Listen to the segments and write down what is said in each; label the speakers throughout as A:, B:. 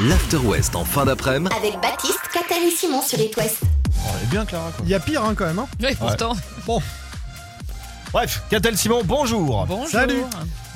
A: L'After West en fin d'après-midi
B: Avec Baptiste, Catel et Simon sur It West.
C: Oh, elle est bien Clara quoi.
D: Il y a pire hein, quand même. Hein.
E: Oui, pourtant.
C: Bref, Catel Simon, bonjour.
E: Bonjour.
D: Salut.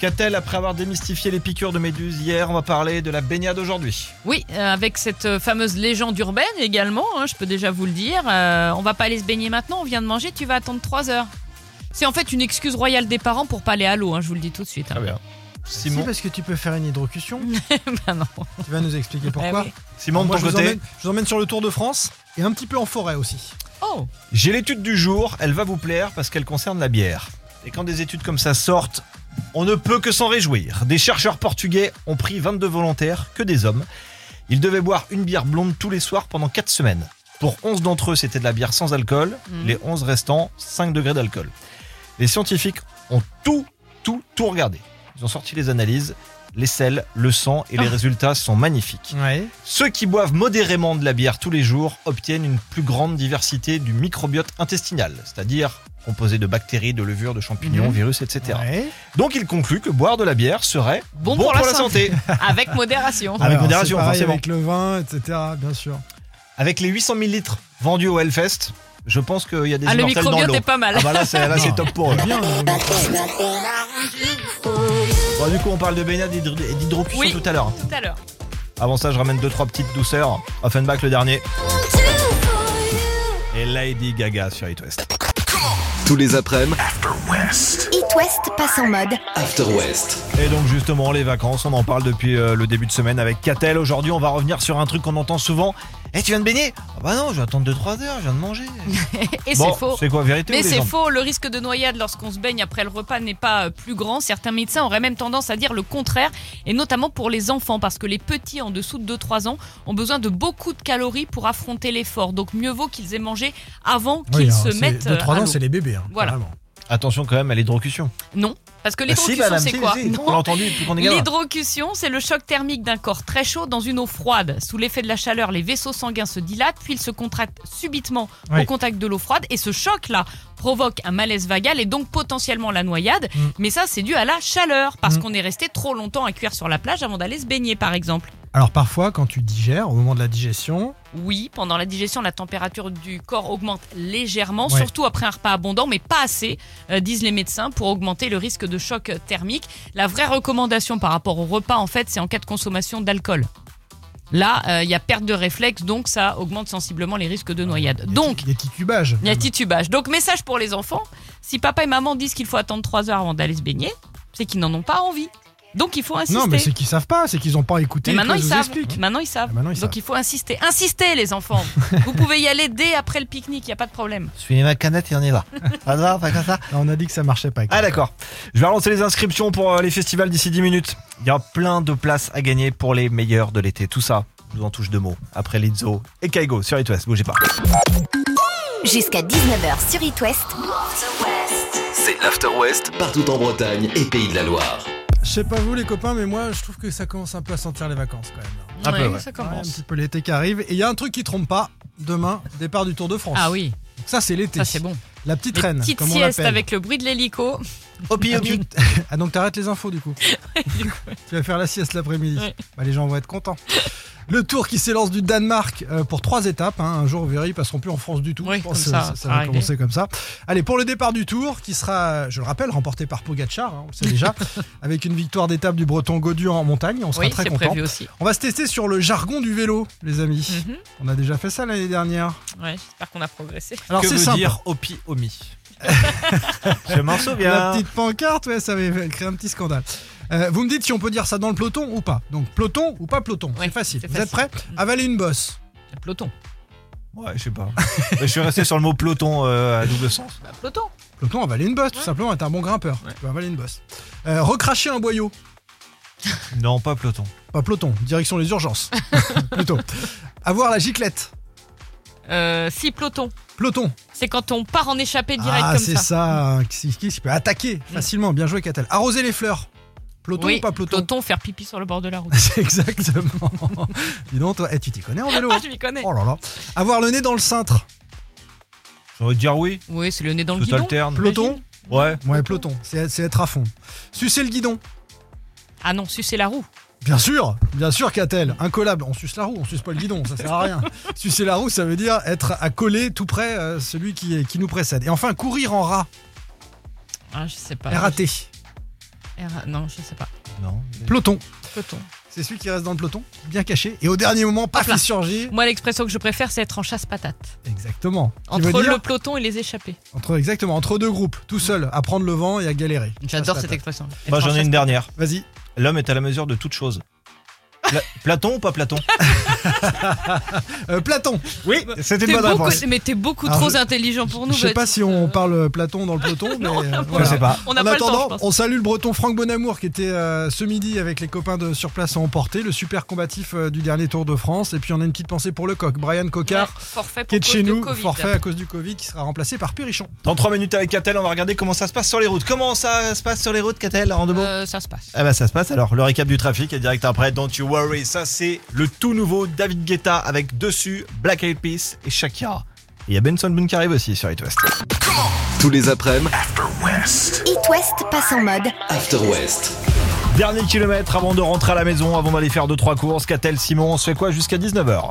C: Catel, après avoir démystifié les piqûres de méduse hier, on va parler de la baignade aujourd'hui.
D: Ah.
E: Oui, euh, avec cette euh, fameuse légende urbaine également, hein, je peux déjà vous le dire. euh, on va pas aller se baigner maintenant, on vient de manger, tu vas attendre 3 heures. C'est en fait une excuse royale des parents pour pas aller à l'eau, hein, je vous le dis tout de suite. hein.
C: bien.
D: Si,
C: Simon,
D: parce que tu peux faire une hydrocution.
E: Bah non.
D: tu vas nous expliquer pourquoi.
E: Eh oui.
C: Simon de
D: Moi,
C: ton
D: je, vous
C: côté,
D: emmène, je vous emmène sur le Tour de France et un petit peu en forêt aussi.
E: Oh,
C: j'ai l'étude du jour, elle va vous plaire parce qu'elle concerne la bière. Et quand des études comme ça sortent, on ne peut que s'en réjouir. Des chercheurs portugais ont pris 22 volontaires, que des hommes. Ils devaient boire une bière blonde tous les soirs pendant 4 semaines. Pour 11 d'entre eux, c'était de la bière sans alcool.
E: Mhm.
C: Les 11 restants, 5 degrés d'alcool. Les scientifiques ont tout, tout, tout regardé. Ils ont sorti les analyses, les sels, le sang et les
E: Ah.
C: résultats sont magnifiques.
D: Ouais.
C: Ceux qui boivent modérément de la bière tous les jours obtiennent une plus grande diversité du microbiote intestinal, c'est-à-dire composé de bactéries, de levures, de champignons,
E: Mhm.
C: virus, etc. Donc il conclut que boire de la bière serait
E: Bon pour la
C: santé.
E: avec modération.
C: Avec modération,
D: c'est pareil
C: forcément.
D: Avec le vin, etc. Bien sûr.
C: Avec les 800 000 litres vendus au Hellfest, je pense qu'il y a des
E: Ah, le
C: immortels dans
E: microbiote
C: l'eau.
E: est pas mal.
C: Ah bah là c'est là, c'est top pour eux.
D: Bien. euh,
C: Bon, du coup on parle de baignade et d'hydro- et d'hydrocution
E: Oui.
C: tout à l'heure.
E: Tout à l'heure.
C: Avant ça je ramène deux trois petites douceurs. Offenbach le dernier. Et Lady Gaga sur It West.
A: tous les après-midi
B: It West passe en mode
A: After West.
C: Et donc justement les vacances, on en parle depuis euh, le début de semaine avec Catel. Aujourd'hui on va revenir sur un truc qu'on entend souvent. Eh tu viens de baigner Ah bah non, je vais attendre 2-3 heures, je viens de manger.
E: Et
C: Bon,
E: c'est faux.
C: C'est quoi vérité
E: Mais
C: ou
E: c'est
C: légende
E: faux, le risque de noyade lorsqu'on se baigne après le repas n'est pas euh, plus grand. Certains médecins auraient même tendance à dire le contraire, et notamment pour les enfants, parce que les petits en dessous de 2-3 ans ont besoin de beaucoup de calories pour affronter l'effort. Donc mieux vaut qu'ils aient mangé avant qu'ils
D: oui, hein,
E: se
D: c'est-
E: mettent
D: De
E: euh,
D: 3
E: à
D: ans,
E: l'eau.
D: c'est les bébés. hein,
E: Voilà.
D: carrément.
C: Attention quand même à l'hydrocution.
E: Non, parce que
C: Bah si,
E: Ah, l'hydrocution,
C: madame,
E: c'est
C: si,
E: quoi
C: si, On
E: Non.
C: l'a entendu depuis qu'on est gamin.
E: L'hydrocution, c'est le choc thermique d'un corps très chaud dans une eau froide. Sous l'effet de la chaleur, les vaisseaux sanguins se dilatent, puis ils se contractent subitement
D: Oui.
E: au contact de l'eau froide. Et ce choc-là provoque un malaise vagal et donc potentiellement la noyade.
D: Mm.
E: Mais ça, c'est dû à la chaleur, parce
D: Mm.
E: qu'on est resté trop longtemps à cuire sur la plage avant d'aller se baigner, par exemple.
D: Alors parfois, quand tu digères, au moment de la digestion,
E: Oui, pendant la digestion, la température du corps augmente légèrement,
D: Ouais.
E: surtout après un repas abondant, mais pas assez, euh, disent les médecins, pour augmenter le risque de choc thermique. La vraie recommandation par rapport au repas, en fait, c'est en cas de consommation d'alcool. Là, euh, il y a perte de réflexe, donc ça augmente sensiblement les risques de noyade.
D: il y a
E: Donc,
D: ti- il y a titubage.
E: il y a
D: même.
E: titubage. Donc, message pour les enfants si papa et maman disent qu'il faut attendre 3 heures avant d'aller se baigner, c'est qu'ils n'en ont pas envie. Donc, il faut insister.
D: Non, mais c'est qu'ils savent pas, c'est qu'ils ont pas écouté.
E: Mais maintenant
D: que
E: ils,
D: je vous
E: savent.
D: explique.
E: maintenant ils savent.
D: Ah, maintenant, ils
E: Donc
D: savent.
E: il faut insister. Insister les enfants. Vous pouvez y aller dès après le pique-nique, il n'y a pas de problème.
C: Suivez ma canette et on y va. Pas grave, pas comme ça.
D: Là, on a dit que ça marchait pas.
C: Ah d'accord. Je vais relancer les inscriptions pour euh, les festivals d'ici 10 minutes. Il y a plein de places à gagner pour les meilleurs de l'été. Tout ça, je vous en touche deux mots. Après Lizzo et Kaigo sur It West. Bougez pas.
B: jusqu'à 19h sur It West.
A: C'est l'After West partout en Bretagne et Pays de la Loire.
D: Je sais pas vous les copains, mais moi je trouve que ça commence un peu à sentir les vacances quand même. là.
C: Un peu, ouais.
E: ça
D: Ah, bah Ouais, un
E: commence.
D: petit peu l'été qui arrive. Et il y a un truc qui trompe pas. Demain, départ du Tour de France.
E: Ah oui,
D: Donc ça, c'est l'été.
E: ça c'est bon.
D: La petite
E: Les
D: reine.
E: petites
D: comme on
E: siestes
D: l'appelle.
E: avec le bruit de l'hélico.
C: Hopi
D: Ah, tu- ah, donc t'arrêtes les infos du coup. tu vas faire la sieste l'après-midi.
E: Ouais.
D: Bah, les gens vont être contents. Le tour qui s'élance du Danemark euh, pour trois étapes. hein. Un jour, vous verrez, ils passeront plus en France du tout.
E: Oui,
D: Je pense
E: comme
D: que
E: ça,
D: ça,
E: ça
D: va
E: va
D: commencer comme ça. Allez, pour le départ du tour, qui sera, je le rappelle, remporté par Pogacar, hein, on le sait déjà, avec une victoire d'étape du Breton Godu en montagne. On sera
E: Oui,
D: très
E: c'est
D: content.
E: prévu aussi.
D: On va se tester sur le jargon du vélo, les amis.
E: Mhm.
D: On a déjà fait ça l'année dernière.
E: Ouais, j'espère qu'on a progressé.
D: Alors
C: que
D: c'est
C: veut
D: simple.
C: dire Hopi Omi Je m'en
D: La
C: souviens.
D: petite pancarte, ouais, ça avait créé un petit scandale. Euh, vous me dites si on peut dire ça dans le peloton ou pas. Donc peloton ou pas peloton,
E: Ouais,
D: c'est facile.
E: c'est
D: Vous êtes
E: facile. Mhm.
D: prêts Avaler une bosse.
E: Un peloton.
C: Ouais, je sais pas. je suis resté sur le mot peloton euh, à double sens.
E: Bah, peloton.
D: Peloton, avaler une bosse, tout
E: Ouais.
D: simplement, être un bon grimpeur.
E: Ouais.
D: Tu peux avaler une bosse. Euh, recracher un boyau.
C: Non, pas peloton.
D: Pas peloton, direction les urgences. Plutôt. Avoir la giclette.
E: Euh, si, peloton.
D: Peloton.
E: C'est quand on part en échappée direct
D: ah,
E: comme
D: c'est
E: ça. Mhm.
D: ça. hein, Qui, qui- qui peut attaquer facilement. Bien joué, Catel. Arroser les fleurs. Peloton
E: oui,
D: ou pas peloton
E: faire pipi sur le bord de la route.
D: C'est exactement. Dis donc, toi, eh, tu t'y connais en vélo
E: ah,
D: hein
E: je m'y connais.
D: Oh là là. Avoir le nez dans le cintre.
C: J'ai envie de dire oui.
E: Oui, c'est le nez dans le
C: Tout
E: guidon.
C: alterne.
D: Peloton.
E: Imagine.
C: Ouais.
D: Ouais, peloton, c'est c'est être à fond. Sucer le guidon.
E: Ah non, sucer la roue.
D: Bien sûr, bien sûr, qu'a-t-elle Incollable. On suce la roue, on suce pas le guidon, ça sert à rien. Sucer la roue, ça veut dire être à coller tout près euh, celui qui, qui nous précède. Et enfin, courir en rat,
E: Ah, je sais pas.
D: raté.
E: R- Non, je sais pas.
C: Non. mais-
D: Peloton.
E: Peut-on
D: C'est celui qui reste dans le peloton, bien caché. Et au dernier moment, paf,
E: Hop là.
D: il surgit.
E: Moi, l'expression que je préfère, c'est être en chasse-patate.
D: Exactement. Qui
E: Entre
D: veut dire-
E: le peloton et les échappés.
D: entre, exactement, entre deux groupes, tout seul, à prendre le vent et à galérer.
E: J'adore
D: Ça,
E: cette
D: ça,
E: expression.
C: Moi, j'en ai une dernière.
D: Vas-y.
C: L'homme est à la mesure de toute chose. Pla- Platon ou pas Platon
D: Euh, Platon.
C: Oui, c'était
E: T'es
C: une bonne
E: beaucoup,
C: réponse.
E: mais t'es beaucoup
D: Alors,
E: trop
D: je-
E: intelligent pour nous.
D: Ah, je sais
E: Baptiste.
D: pas si on parle Platon dans le peloton, mais euh, voilà.
C: Je sais pas.
E: On
D: en
E: n'a pas le
D: attendant,
E: temps, je pense.
D: on salue le breton Franck Bonamour qui était euh, ce midi avec les copains de Sur Place à Emporter, le super combatif euh, du dernier Tour de France. Et puis on a une petite pensée pour le coq, Brian Cocard,
E: Ouais, forfait pour
D: qui est de
E: cause
D: chez
E: de
D: nous,
E: Covid.
D: forfait à cause du Covid, qui sera remplacé par Perrichon.
C: Dans 3 minutes avec Catel, on va regarder comment ça se passe sur les routes. Comment ça se passe sur les routes, Catel, en deux mots
E: Euh, ça se passe.
C: Ah bah ça se passe alors, le récap du trafic est direct après Don't You Worry, ça c'est le tout nouveau David Guetta avec Dessus, Black Eyed Peas et Shakira. Et Il y a Benson Boone qui arrive aussi sur It West.
A: Tous les après-midi,
B: It West passe en mode.
A: After West.
C: Dernier kilomètre avant de rentrer à la maison, avant d'aller faire 2-3 courses, Catel, Simon, on se fait quoi jusqu'à 19h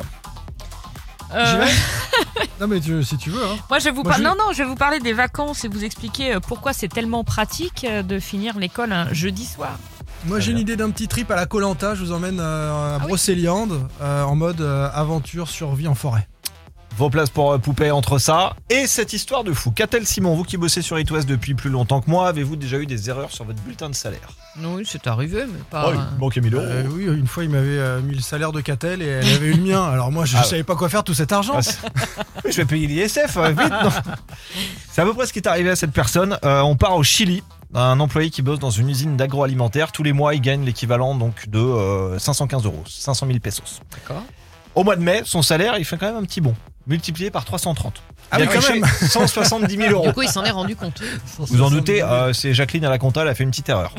E: Euh,
D: J'y vais Non mais tu- si tu veux. hein.
E: Moi, je vais vous
D: Moi,
E: par-
D: je-
E: Non, non, je vais vous parler des vacances et vous expliquer euh, pourquoi c'est tellement pratique euh, de finir l'école un jeudi soir.
D: Moi
C: Très
D: j'ai une
C: bien.
D: idée d'un petit trip à la Colanta. Je vous emmène euh, à
E: Ah oui.
D: Brocéliande euh, en mode euh, aventure, survie en forêt.
C: Vos places pour euh, poupée entre ça et cette histoire de fou. Catel, Simon, vous qui bossez sur It West depuis plus longtemps que moi, avez-vous déjà eu des erreurs sur votre bulletin de salaire Oh,
E: Oui, c'est arrivé, mais pas.
C: manquez 1000 euros.
D: Euh, oui, une fois il m'avait euh, mis le salaire de Catel et elle avait eu le mien. Alors moi je
C: Ah ouais.
D: savais pas quoi faire tout cet argent.
C: Ah, c'est- Oui, je vais payer l'ISF, euh, vite. non. C'est à peu près ce qui est arrivé à cette personne. Euh, on part au Chili. Un employé qui bosse dans une usine d'agroalimentaire. Tous les mois, il gagne l'équivalent donc de euh, 515 euros, 500 000 pesos.
E: D'accord.
C: Au mois de mai, son salaire, il fait quand même un petit bond, multiplié par 330.
D: Ah
C: il
D: oui,
C: a
D: quand
C: touché
D: même.
C: 170 000 euros.
E: coup, il s'en est rendu compte.
C: Vous en doutez, euh, c'est Jacqueline à la compta, elle a fait une petite erreur.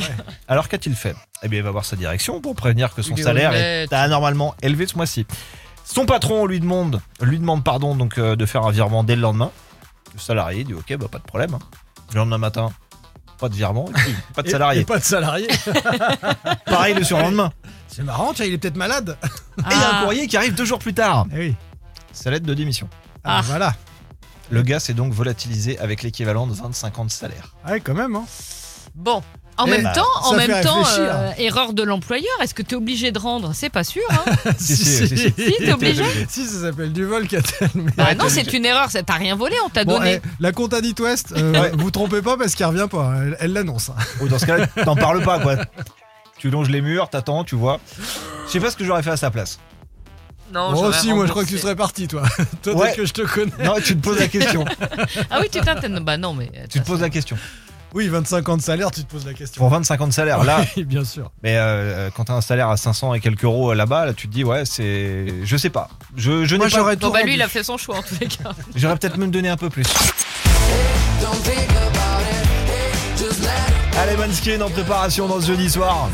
C: Alors qu'a-t-il fait Eh bien, il va voir sa direction pour prévenir que son
E: Il est
C: salaire
E: honnête.
C: est anormalement élevé ce mois-ci. Son patron lui demande, lui demande pardon, donc euh, de faire un virement dès le lendemain. Le salarié dit OK, bah, pas de problème. hein. Le lendemain matin, pas de virement, et puis pas de
D: Et-
C: salarié.
D: et pas de salarié.
C: Pareil le surlendemain.
D: C'est marrant, tiens, il est peut-être malade.
E: Ah.
C: Et il y a un courrier qui arrive deux jours plus tard.
D: Eh oui.
C: Sa lettre de démission.
D: Ah,
E: Ah.
D: Voilà.
C: Le gars s'est donc volatilisé avec l'équivalent de 25 ans de salaire.
D: Ouais, quand même. Hein.
E: Bon. En
D: Eh
E: même
D: bah,
E: temps, en
D: ça
E: même
D: fait
E: temps
D: réfléchir.
E: euh, erreur de l'employeur, est-ce que t'es obligé de rendre C'est pas sûr. hein.
C: Si, si, si, si.
E: Si, t'es obligé.
D: Si, ça s'appelle du vol, Catel. mais-
E: Bah non, c'est une erreur, ça- t'as rien volé, on t'a
D: Bon,
E: donné.
D: eh, la compta d'It West, euh,
C: Ouais.
D: vous trompez pas parce qu'il revient pas. Elle- Elle l'annonce. hein.
C: Ou dans ce cas-là, t'en parles pas, quoi. Tu longes les murs, t'attends, tu vois. Je sais pas ce que j'aurais fait à sa place.
E: Non,
D: Oh,
E: j'aurais
D: si, moi je crois que tu
E: remboursé.
D: serais parti, toi. toi,
C: Ouais.
D: dès que je te connais.
C: Non, tu te poses la question.
D: eh.
E: Ah oui, tu t'internes. Bah non, mais.
C: Tu te poses la question.
D: Oui, 25 ans de salaire, tu te poses la question.
C: Pour 25 ans de salaire, là,
D: Oui, bien sûr.
C: mais euh, quand t'as un salaire à 500 et quelques euros euh, là-bas, là, tu te dis, ouais, c'est. Je sais pas. Je, je n'ai
D: Moi,
C: pas.
D: j'aurais tout.
E: Bon, bah lui,
D: rendu.
E: il a fait son choix en tous les cas.
C: J'aurais peut-être même donné un peu plus. Allez, Manskin en préparation dans ce jeudi soir.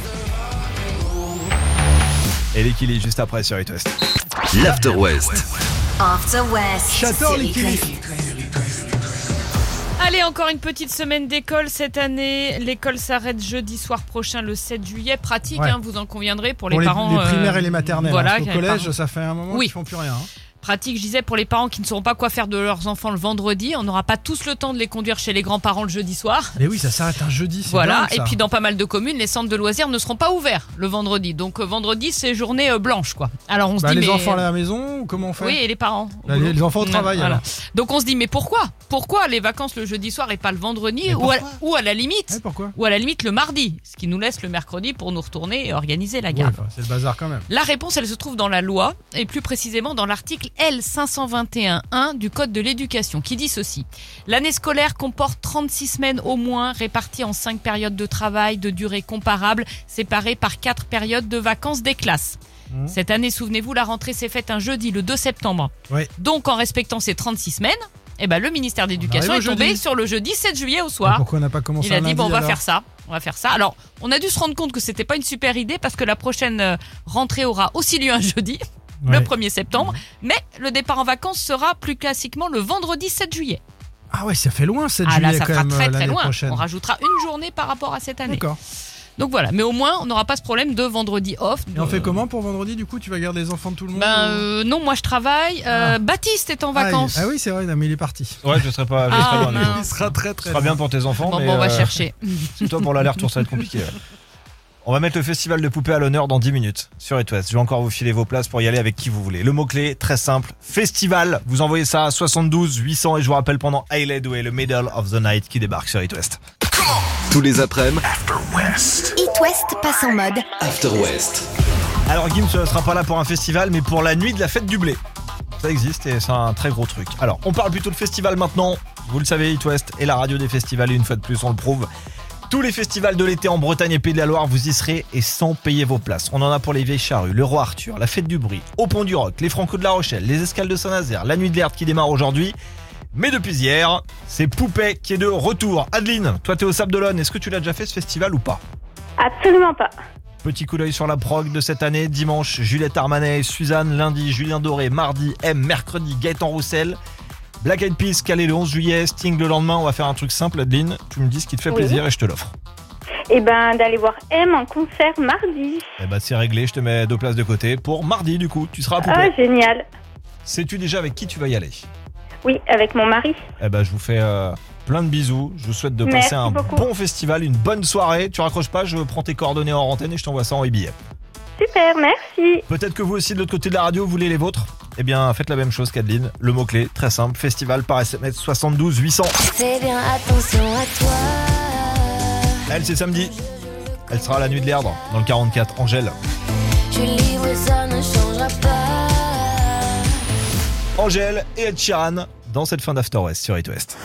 C: Et l'équilibre juste après sur It West.
A: L'After West.
B: After West.
D: J'adore les
B: Série
D: cuisses.
E: Allez, encore une petite semaine d'école cette année. L'école s'arrête jeudi soir prochain, le 7 juillet. Pratique,
D: Ouais.
E: hein, vous en conviendrez pour les
D: Pour
E: parents. euh,
D: primaires et les maternelles.
E: Voilà,
D: hein, parce
E: qui
D: qu'au
E: a les
D: collège,
E: parents.
D: ça fait un moment
E: Oui.
D: qu'ils font plus rien. hein.
E: Pratique, je disais, pour les parents qui ne sauront pas quoi faire de leurs enfants le vendredi. On n'aura pas tous le temps de les conduire chez les grands-parents le jeudi soir.
D: Mais oui, ça s'arrête un jeudi. c'est
E: Voilà,
D: dingue,
E: et
D: ça.
E: puis dans pas mal de communes, les centres de loisirs ne seront pas ouverts le vendredi. Donc euh, vendredi, c'est journée euh, blanche, quoi. Alors on se
D: Bah, les
E: dit, mais- euh,
D: enfants à la maison, comment on fait
E: Oui, et les parents. au
D: Bah, les-
E: boulot.
D: les enfants au
E: Non,
D: travail, alors.
E: Donc on se dit, mais pourquoi Pourquoi les vacances le jeudi soir et pas le vendredi
D: Mais
E: ou à,
D: pourquoi
E: ou à la limite
D: Ouais, Eh, Pourquoi
E: ou à la limite le mardi, ce qui nous laisse le mercredi pour nous retourner et organiser la
D: Ouais,
E: gare.
D: enfin, C'est le bazar quand même.
E: La réponse, elle se trouve dans la loi, et plus précisément dans l'article L521.1 du Code de l'éducation, qui dit ceci. L'année scolaire comporte 36 semaines au moins, réparties en 5 périodes de travail de durée comparable, séparées par 4 périodes de vacances des classes.
D: Mhm.
E: Cette année, souvenez-vous, la rentrée s'est faite un jeudi, le 2 septembre.
D: Ouais.
E: Donc, en respectant ces 36 semaines, eh ben, le ministère de l'Éducation est
D: arrive au
E: tombé
D: jeudi.
E: sur le jeudi 7 juillet au
D: Et
E: soir.
D: Pourquoi on n'a pas commencé
E: Il a
D: un
E: dit
D: lundi,
E: bon, on va
D: alors
E: faire ça, on va faire ça. Alors, on a dû se rendre compte que c'était pas une super idée parce que la prochaine euh, rentrée aura aussi lieu un jeudi,
D: Ouais.
E: le 1er septembre, mais le départ en vacances sera plus classiquement le vendredi 7 juillet.
D: Ah ouais, ça fait loin cette
E: ah là,
D: juillet
E: ça
D: quand
E: fera
D: même euh,
E: très très
D: l'année
E: loin.
D: prochaine.
E: On rajoutera une journée par rapport à cette année.
D: D'accord.
E: Donc voilà, mais au moins on n'aura pas ce problème de vendredi off.
D: Et on fait comment pour vendredi du coup Tu vas garder les enfants de tout le monde
E: Ben
D: ou-
E: euh, non, moi je travaille. Euh,
D: Mmh. Ah.
E: Baptiste est en vacances.
D: Ah, il- ah oui, c'est vrai, non, mais il est parti.
C: Ouais, je serai pas. Je
E: Ah,
C: serai pas à la
E: mince.
C: maison.
D: Il sera très
C: Ce
D: très
C: sera bien pour tes enfants.
E: Bon,
C: mais,
E: bon, on va
C: euh,
E: chercher.
C: C'est toi pour l'aller-retour, ça va être compliqué. ouais. On va mettre le festival de poupées à l'honneur dans 10 minutes sur ETOS. Je vais encore vous filer vos places pour y aller avec qui vous voulez. Le mot-clé, très simple, festival. Vous envoyez ça à 72 800 et je vous rappelle pendant Highlight Way, le Middle of the Night qui débarque sur ETOS.
A: Tous les après-midi,
B: It West passe en mode
A: After West.
C: Alors Gims ne sera pas là pour un festival, mais pour la nuit de la fête du blé. Ça existe et c'est un très gros truc. Alors, on parle plutôt de festival maintenant. Vous le savez, It West est la radio des festivals et une fois de plus, on le prouve. Tous les festivals de l'été en Bretagne et Pays de la Loire, vous y serez et sans payer vos places. On en a pour les Vieilles Charrues, le Roi Arthur, la Fête du Brie, au Pont du Roc, les Franco de la Rochelle, les Escales de Saint-Nazaire, la Nuit de l'Herbe qui démarre aujourd'hui. Mais depuis hier, c'est Poupée qui est de retour. Adeline, toi t'es au Sable d'Olonne, est-ce que tu l'as déjà fait ce festival ou pas
F: Absolument pas.
C: Petit coup d'œil sur la prog de cette année. Dimanche, Juliette Armanet, Suzanne, lundi, Julien Doré, mardi, M, mercredi, Gaëtan Roussel. Black Eyed Peas, Calais le 11 juillet, Sting le lendemain. On va faire un truc simple, Adeline. Tu me dis ce qui te fait
F: Oui.
C: plaisir et je te l'offre.
F: Et ben d'aller voir M en concert mardi.
C: Eh bah, c'est réglé. Je te mets deux places de côté pour mardi, du coup. Tu seras à
F: Ah
C: Poupée.
F: génial.
C: Sais-tu déjà avec qui tu vas y aller
F: Oui, avec mon mari.
C: Eh bah, je vous fais euh, plein de bisous. Je vous souhaite de
F: Merci
C: passer un
F: beaucoup.
C: bon festival, une bonne soirée. Tu raccroches pas, je prends tes coordonnées en antenne et je t'envoie ça en e-billet.
F: Super, merci.
C: Peut-être que vous aussi de l'autre côté de la radio, vous voulez les vôtres Eh bien, faites la même chose qu'Adeline. Le mot-clé, très simple, festival par SMS 72 800.
G: Fais bien attention à toi.
C: Elle, c'est samedi. Elle sera à la nuit de l'herbe, dans le 44, Angèle.
G: Je livre, ça ne changera pas.
C: Angèle et Ed Sheeran dans cette fin d'After West sur It West.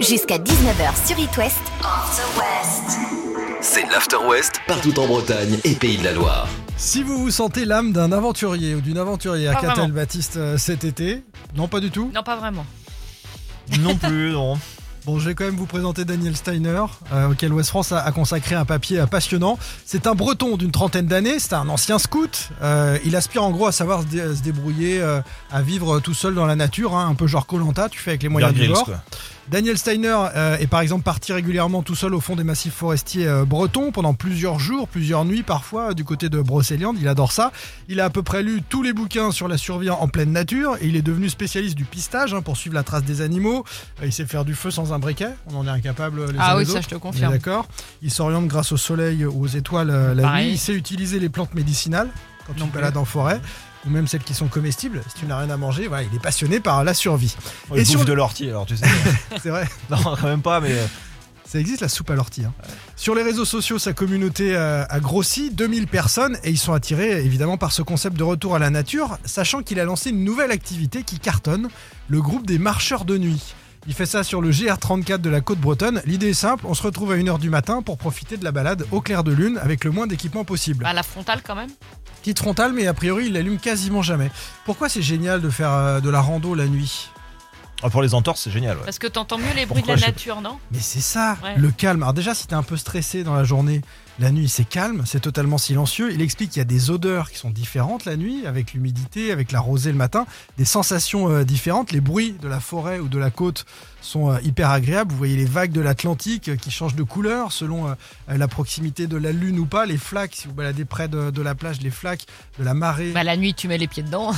B: jusqu'à 19h sur It West.
A: C'est l'After West partout en Bretagne et Pays de la Loire.
D: Si vous vous sentez l'âme d'un aventurier ou d'une aventurière
E: Pas
D: à
E: vraiment.
D: Catel Baptiste euh, cet été, non pas du tout.
E: Non, pas vraiment.
C: Non plus, non.
D: Bon, je vais quand même vous présenter Daniel Steiner, euh, auquel West France a, a consacré un papier euh, passionnant. C'est un breton d'une trentaine d'années, c'est un ancien scout. Euh, il aspire en gros à savoir se, dé- à se débrouiller, euh, à vivre tout seul dans la nature, hein, un peu genre Colanta, tu fais avec les moyens
C: Bear
D: du
C: Grylls,
D: bord.
C: quoi.
D: Daniel Steiner euh, est par exemple parti régulièrement tout seul au fond des massifs forestiers euh, bretons pendant plusieurs jours, plusieurs nuits parfois euh, du côté de Brocéliande, il adore ça. Il a à peu près lu tous les bouquins sur la survie en pleine nature et il est devenu spécialiste du pistage hein, pour suivre la trace des animaux. Euh, il sait faire du feu sans un briquet, on en est incapable euh, les uns
E: Ah oui,
D: les
E: ça
D: autres.
E: je te
D: On est
E: confirme.
D: d'accord. Il s'oriente grâce au soleil ou aux étoiles euh, la
E: Pareil.
D: nuit. Il sait utiliser les plantes médicinales quand
E: Non
D: on
E: plus.
D: balade en forêt ou même celles qui sont comestibles. Si tu n'as rien à manger, voilà, il est passionné par la survie.
C: Oh, il
D: Et
C: bouffe
D: sur le-
C: de l'ortie, alors tu sais.
D: C'est vrai.
C: non, quand même pas, mais. euh,
D: Ça existe la soupe à l'ortie. hein. Sur les réseaux sociaux, sa communauté euh, a grossi, 2000 personnes, et ils sont attirés évidemment par ce concept de retour à la nature, sachant qu'il a lancé une nouvelle activité qui cartonne, le groupe des marcheurs de nuit. Il fait ça sur le GR34 de la côte bretonne. L'idée est simple, on se retrouve à 1h du matin pour profiter de la balade au clair de lune avec le moins d'équipement possible.
E: Bah, la frontale quand même.
D: Petite frontale, mais a priori il l'allume quasiment jamais. Pourquoi c'est génial de faire euh, de la rando la nuit
C: ah, pour les entorses, c'est génial. ouais.
E: Parce que t'entends mieux les bruits
C: Pourquoi
E: de
C: je-
E: la nature, non
D: Mais c'est ça,
E: Ouais.
D: le calme. Alors déjà, si t'es un peu stressé dans la journée, la nuit c'est calme, c'est totalement silencieux. Il explique qu'il y a des odeurs qui sont différentes la nuit, avec l'humidité, avec la rosée le matin, des sensations euh, différentes. Les bruits de la forêt ou de la côte sont euh, hyper agréables. Vous voyez les vagues de l'Atlantique euh, qui changent de couleur selon euh, la proximité de la lune ou pas. Les flaques, si vous baladez près de, de la plage, les flaques, de la marée.
E: Bah, la nuit, tu mets les pieds dedans.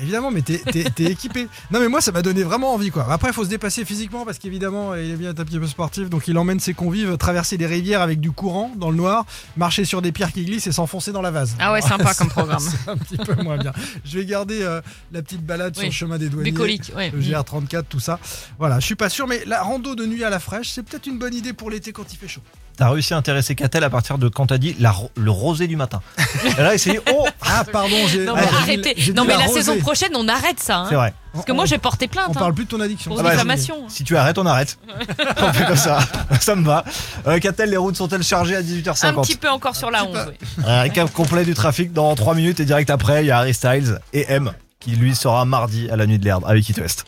D: Évidemment, mais t'es- t'es t'es équipé. Non, mais moi, ça m'a donné vraiment envie, quoi. Après, il faut se dépasser physiquement parce qu'évidemment, il est bien un petit peu sportif, donc il emmène ses convives traverser des rivières avec du courant dans le noir, marcher sur des pierres qui glissent et s'enfoncer dans la vase.
E: Ah ouais, sympa comme programme.
D: C'est un petit peu moins bien. Je vais garder euh, la petite balade sur
E: Oui.
D: le chemin des douaniers.
E: Des coliques, ouais.
D: Le GR34, tout ça. Voilà, je suis pas sûr, mais la rando de nuit à la fraîche, c'est peut-être une bonne idée pour l'été quand il fait chaud.
C: T'as réussi à intéresser Catel à partir de quand t'as dit la ro- le rosé du matin. Elle a essayé. Oh
D: Ah, pardon, j'ai.
E: Non,
D: ah,
E: mais
D: j'ai dit- j'ai
E: arrêtez.
D: dit
E: Non, mais la
D: rosée.
E: saison prochaine, on arrête ça. hein.
C: C'est vrai.
E: Parce que moi, j'ai porté
D: On
E: plainte hein,
D: parle plus de ton addiction.
E: pour
C: Ah bah,
E: diffamation.
C: Si tu arrêtes, on arrête. on fait comme ça. Ça me va. Euh, Catel, les routes sont-elles chargées à 18h50
E: Un petit peu encore sur la 11. oui.
C: Euh, Un récap complet du trafic dans 3 minutes et direct après, il y a Harry Styles et M qui lui sera mardi à la nuit de l'herbe avec It West.